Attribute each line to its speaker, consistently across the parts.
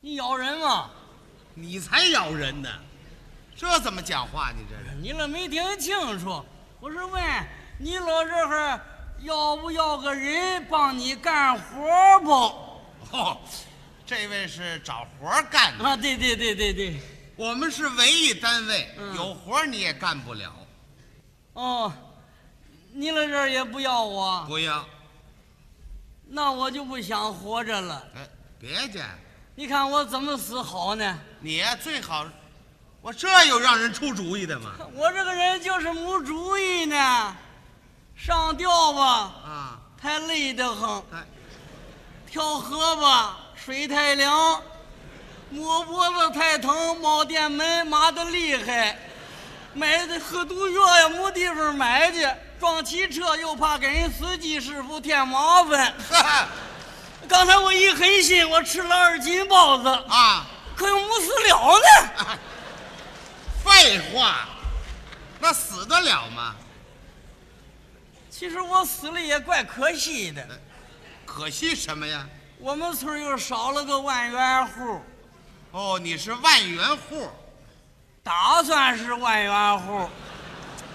Speaker 1: 你咬人啊吗？
Speaker 2: 你才咬人呢！这怎么讲话？你这 是
Speaker 1: 你了没听清楚？我是问你老这会儿要不要个人帮你干活不？
Speaker 2: 哦，这位是找活儿干的，
Speaker 1: 啊，对对对对对，
Speaker 2: 我们是文艺单位，
Speaker 1: 嗯
Speaker 2: 有活儿你也干不了。
Speaker 1: 哦，你老这儿也不要我，
Speaker 2: 不要，
Speaker 1: 那我就不想活着了。
Speaker 2: 哎，别介，
Speaker 1: 你看我怎么死好呢？
Speaker 2: 你呀最好，我这有让人出主意的吗？
Speaker 1: 我这个人就是没主意呢，上吊吧，
Speaker 2: 啊，
Speaker 1: 太累得很。
Speaker 2: 哎，
Speaker 1: 跳河吧，水太凉；摸脖子太疼，冒电门麻的厉害。买的喝毒药也没地方买去，撞汽车又怕给人司机师傅添麻烦。
Speaker 2: 哈哈
Speaker 1: 刚才我一狠心，我吃了二斤包子，
Speaker 2: 啊，
Speaker 1: 可又没死了呢。
Speaker 2: 废话，那死得了吗？
Speaker 1: 其实我死了也怪可惜的，
Speaker 2: 可惜什么呀？
Speaker 1: 我们村儿又少了个万元户，
Speaker 2: 哦，你是万元户，
Speaker 1: 打算是万元户。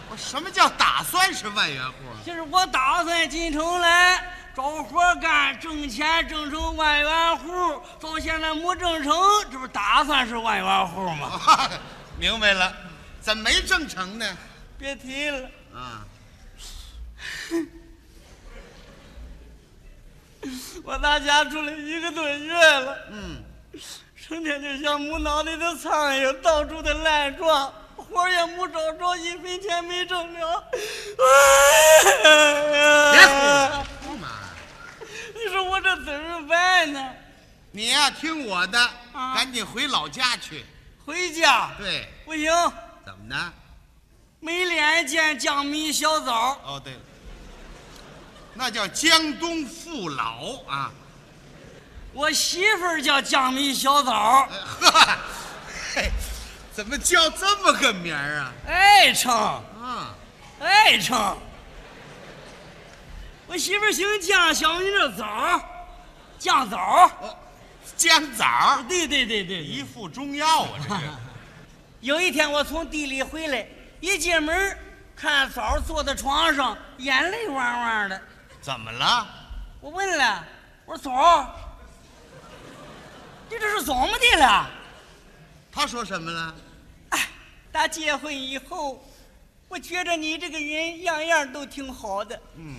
Speaker 2: 我什么叫打算是万元户啊？
Speaker 1: 就是我打算进城来找活干，挣钱挣成万元户。到现在没挣成，这不打算是万元户吗？
Speaker 2: 啊明白了，怎么没挣成呢？
Speaker 1: 别提了，
Speaker 2: 啊，
Speaker 1: 我大家住了一个多月了，
Speaker 2: 嗯，
Speaker 1: 成天就像没脑袋的苍蝇，到处的乱撞，活儿也没找着，一分钱没挣着。
Speaker 2: 别哭了，干嘛呀？
Speaker 1: 你说我这怎么办呢？
Speaker 2: 你呀、听我的，
Speaker 1: 啊
Speaker 2: 赶紧回老家去。
Speaker 1: 回家
Speaker 2: 对，
Speaker 1: 不行，
Speaker 2: 怎么呢？
Speaker 1: 没脸见江米小枣。
Speaker 2: 哦，对了，那叫江东父老啊。
Speaker 1: 我媳妇儿叫江米小枣，
Speaker 2: 哎呵，嘿，怎么叫这么个名儿啊？
Speaker 1: 爱哎称
Speaker 2: 啊，
Speaker 1: 爱称。我媳妇儿姓江，小名叫枣，酱枣。
Speaker 2: 哦，姜枣儿，
Speaker 1: 对对对对
Speaker 2: 一
Speaker 1: 对。
Speaker 2: 副中药啊，这是。
Speaker 1: 有一天我从地里回来，一进门儿看枣儿坐在床上，眼泪汪汪的。
Speaker 2: 怎么了？
Speaker 1: 我问了，我说枣儿，你这是怎么的了？
Speaker 2: 他说什么了？
Speaker 1: 哎，打结婚以后，我觉着你这个人样样都挺好的。
Speaker 2: 嗯，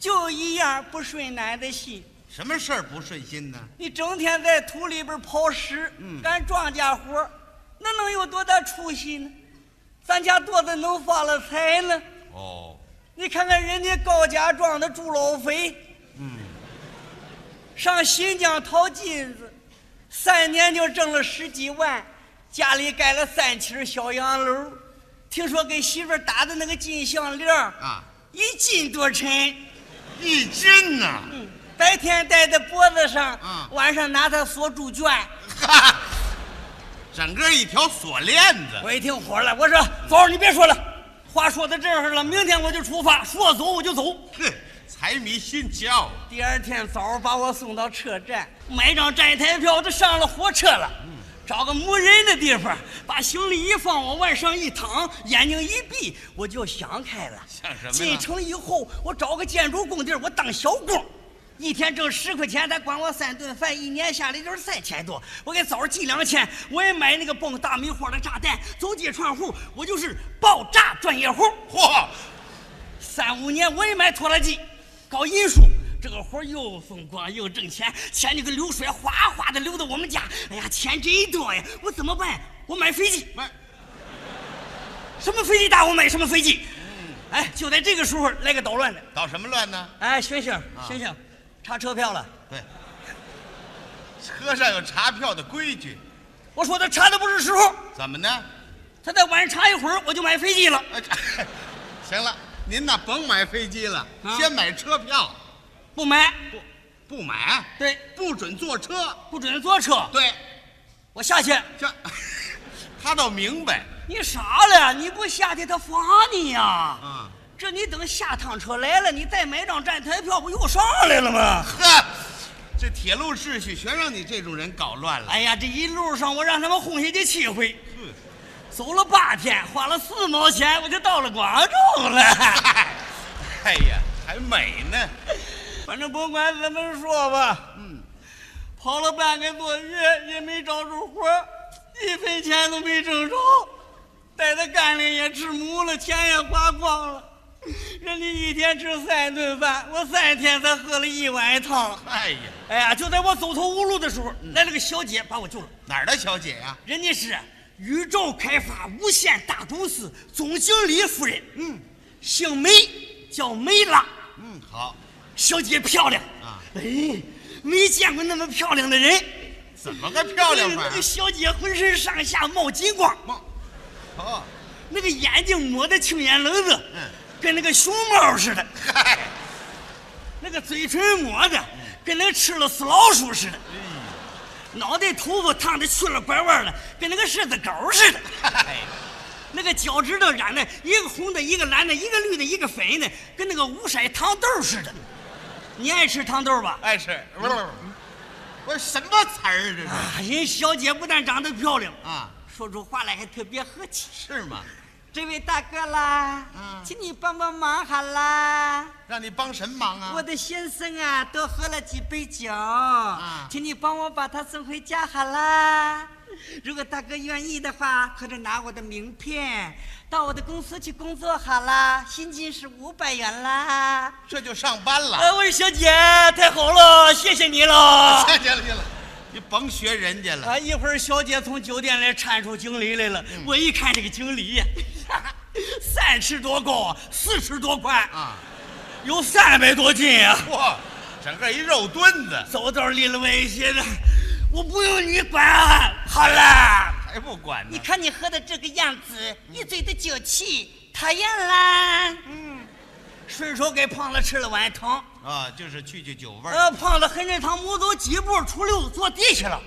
Speaker 1: 就一样不顺男的心。
Speaker 2: 什么事儿不顺心呢？
Speaker 1: 你整天在土里边刨食，
Speaker 2: 嗯
Speaker 1: 干庄稼活儿，那能有多大出息呢？咱家多的能发了财呢。
Speaker 2: 哦，
Speaker 1: 你看看人家高家庄的朱老肥，
Speaker 2: 嗯，
Speaker 1: 上新疆淘金子，三年就挣了十几万，家里盖了三尺小洋楼，听说给媳妇儿打的那个金项链儿
Speaker 2: 啊，
Speaker 1: 一斤多沉。
Speaker 2: 一斤呐、
Speaker 1: 嗯白天戴在脖子上，
Speaker 2: 嗯
Speaker 1: 晚上拿它锁猪圈。
Speaker 2: 哈， 整个一条锁链子。
Speaker 1: 我一听火了，我说：“枣儿，你别说了，话说到这儿了，明天我就出发，说走我就走。
Speaker 2: 哼，财迷心窍。”
Speaker 1: 第二天早上把我送到车站，买张站台票，就上了火车了。找个没人的地方，把行李一放，往往上一躺，眼睛一闭，我就想开了。
Speaker 2: 想什么呀
Speaker 1: 进城以后，我找个建筑工地儿，我当小工，一天挣十块钱，他管我三顿饭，一年下来就是三千多。我给枣儿寄两千，我也买那个蹦大米花的炸弹，走街串户，我就是爆炸专业户。
Speaker 2: 嚯，
Speaker 1: 三五年我也买拖拉机，搞运输，这个活儿又风光又挣钱，钱就跟流水哗哗的流到我们家。哎呀，钱真多呀！我怎么办？我买飞机，
Speaker 2: 那
Speaker 1: 什么飞机大我买什么飞机。哎，就在这个时候来个捣乱的，
Speaker 2: 捣什么乱呢？
Speaker 1: 哎，醒醒醒醒，查车票了。
Speaker 2: 对，车上有查票的规矩，
Speaker 1: 我说他查的不是时候，
Speaker 2: 怎么呢？
Speaker 1: 他再晚上查一会儿我就买飞机了。
Speaker 2: 哎， 这行了，您呐甭买飞机了，
Speaker 1: 啊
Speaker 2: 先买车票。
Speaker 1: 不买，
Speaker 2: 不，不买，
Speaker 1: 对，
Speaker 2: 不准坐车。
Speaker 1: 不准坐车。
Speaker 2: 对，
Speaker 1: 我下去，
Speaker 2: 这 他倒明白
Speaker 1: 你傻了？你不下去他罚你呀、
Speaker 2: 啊。
Speaker 1: 这你等下趟车来了，你再买张站台票，不又上来了吗？
Speaker 2: 呵，这铁路秩序全让你这种人搞乱了。
Speaker 1: 哎呀，这一路上我让他们轰下去七回，走了八天，花了四毛钱，我就到了广州了。
Speaker 2: 嗨，哎呀，还美呢。
Speaker 1: 反正甭管怎么说吧，嗯，跑了半个多月也没找着活儿一分钱都没挣着，待在干里也吃母了，钱也花光了。人家一天吃三顿饭，我三天才喝了一碗汤。
Speaker 2: 哎呀，
Speaker 1: 哎呀，就在我走投无路的时候，
Speaker 2: 嗯
Speaker 1: 来了个小姐把我救了。
Speaker 2: 哪儿的小姐呀、
Speaker 1: 人家是宇宙开发无限大公司总经理夫人，嗯，姓梅，叫梅拉，
Speaker 2: 嗯，好，
Speaker 1: 小姐漂亮
Speaker 2: 啊，
Speaker 1: 哎，没见过那么漂亮的人，
Speaker 2: 怎么个漂亮法
Speaker 1: 那
Speaker 2: 儿啊
Speaker 1: 个？那个小姐浑身上下冒金光，
Speaker 2: 梦，哦，
Speaker 1: 那个眼睛抹得青眼棱子，
Speaker 2: 嗯，
Speaker 1: 跟那个熊猫似的，
Speaker 2: 嗨，
Speaker 1: 那个嘴唇抹的跟那个吃了死老鼠似的，脑袋头发烫的去了拐弯了，跟那个狮子狗似的。
Speaker 2: 嗨，
Speaker 1: 那个脚趾头染的，一个红的，一个蓝的，一个绿的，一个粉的，跟那个五色糖豆似的。你爱吃糖豆吧？
Speaker 2: 爱吃，哎不是不是，不是什么词儿啊这是
Speaker 1: 啊，人小姐不但长得漂亮，
Speaker 2: 啊？
Speaker 1: 说出话来还特别和气。
Speaker 2: 是吗？
Speaker 1: 这位大哥啦，
Speaker 2: 嗯
Speaker 1: 请你帮帮忙好啦！
Speaker 2: 让你帮什么忙啊？
Speaker 1: 我的先生啊，多喝了几杯酒，请你帮我把他送回家好啦。如果大哥愿意的话，可着拿我的名片到我的公司去工作好啦，薪金是五百元啦。
Speaker 2: 这就上班了。
Speaker 1: 哎，我说小姐，太好了，谢谢你了。
Speaker 2: 看哎见了，见了，你甭学人家了。
Speaker 1: 啊，一会儿小姐从酒店来搀出经理来了，我一看这个经理呀， 三尺多高，四尺多宽，
Speaker 2: 啊，
Speaker 1: 有三百多斤呀、
Speaker 2: 嚯，整个一肉墩子，
Speaker 1: 走道立了我一些的，我不用你管、啊好了。
Speaker 2: 还不管
Speaker 3: 你
Speaker 2: 呢？
Speaker 3: 看你喝的这个样子，一嘴的酒气，讨厌啦！
Speaker 1: 嗯顺手给胖子吃了碗汤，
Speaker 2: 啊，就是去去酒味儿。
Speaker 1: 呃，胖子横着汤没走几步，出溜坐地下了，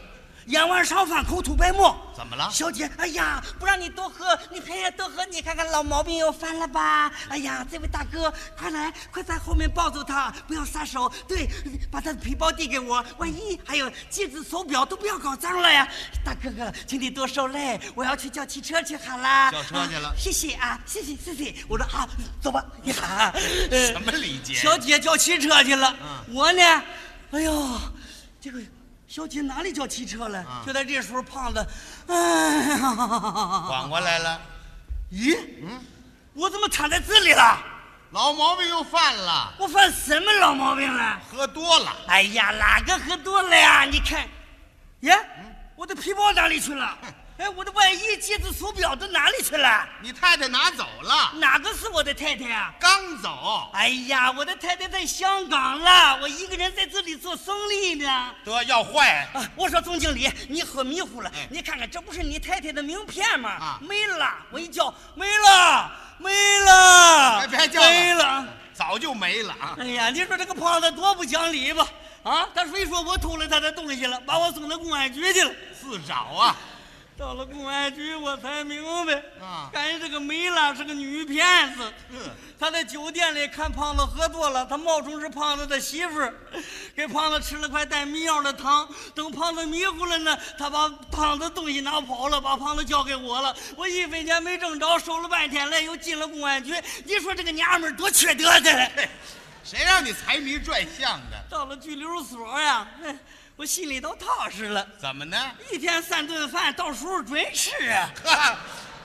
Speaker 1: 咽完上饭，口吐白沫。
Speaker 2: 怎么了？
Speaker 1: 小姐，哎呀，
Speaker 3: 不让你多喝，你偏要多喝，你看看老毛病又犯了吧？哎呀，这位大哥，快来，快在后面抱住他，不要撒手。对，把他的皮包递给我，万一还有戒指、手表都不要搞脏了呀。大哥哥，请你多受累，我要去叫汽车去好啦。
Speaker 2: 叫车去了
Speaker 3: 啊谢谢啊，谢谢谢谢。我说好，走吧。呀，呃
Speaker 2: 什么礼节？
Speaker 1: 小姐叫汽车去了，
Speaker 2: 嗯
Speaker 1: 我呢，哎呦，这个小姐哪里叫汽车了？就在这时候，胖子，哎呀，
Speaker 2: 缓过来了，
Speaker 1: 咦，我怎么躺在这里了？
Speaker 2: 老毛病又犯了，
Speaker 1: 我犯什么老毛病了？
Speaker 2: 喝多了。
Speaker 1: 哎呀，哪个喝多了呀？你看，耶，我的皮包哪里去了？哎，我的外衣、戒指、手表都哪里去了？
Speaker 2: 你太太拿走了，
Speaker 1: 哪个是我的太太啊？
Speaker 2: 刚走，
Speaker 1: 哎呀，我的太太在香港了，我一个人在这里做生意呢。
Speaker 2: 得要坏，
Speaker 1: 啊，我说总经理，你喝迷糊了，你看看这不是你太太的名片吗？
Speaker 2: 嗯啊
Speaker 1: 没了，我一叫没了，没了，
Speaker 2: 别别叫了
Speaker 1: 没了。
Speaker 2: 早就没了啊！
Speaker 1: 哎呀，你说这个胖子多不讲理吧？啊，他非说我偷了他的东西了，把我送到公安局去了。
Speaker 2: 自找啊！
Speaker 1: 到了公安局，我才明白，
Speaker 2: 啊嗯
Speaker 1: 感觉这个梅拉是个女骗子。她在酒店里看胖子喝多了，她冒充是胖子的媳妇儿，给胖子吃了块带迷药的汤。等胖子迷糊了呢，她把胖子东西拿跑了，把胖子交给我了。我一分钱没挣着，守了半天来，又进了公安局。你说这个娘们儿多缺德的！
Speaker 2: 嘿谁让你财迷拽相的？
Speaker 1: 到了拘留所呀、哎我心里都踏实了。
Speaker 2: 怎么呢？
Speaker 1: 一天三顿饭，到时候准吃啊！
Speaker 2: 哈，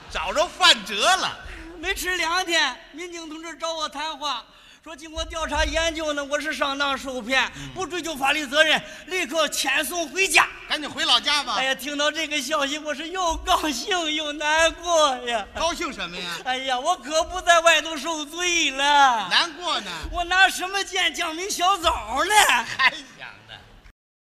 Speaker 2: 找着范哲了，
Speaker 1: 没吃两天，民警同志找我谈话，说经过调查研究呢，我是上当受骗，不追究法律责任，立刻遣送回家。
Speaker 2: 赶紧回老家吧
Speaker 1: 哎。呀，听到这个消息，我是又高兴又难过呀！
Speaker 2: 高兴什么呀？
Speaker 1: 哎呀，我可不在外头受罪了，
Speaker 2: 难过呢？
Speaker 1: 我拿什么见江明小枣呢？
Speaker 2: 哎呀，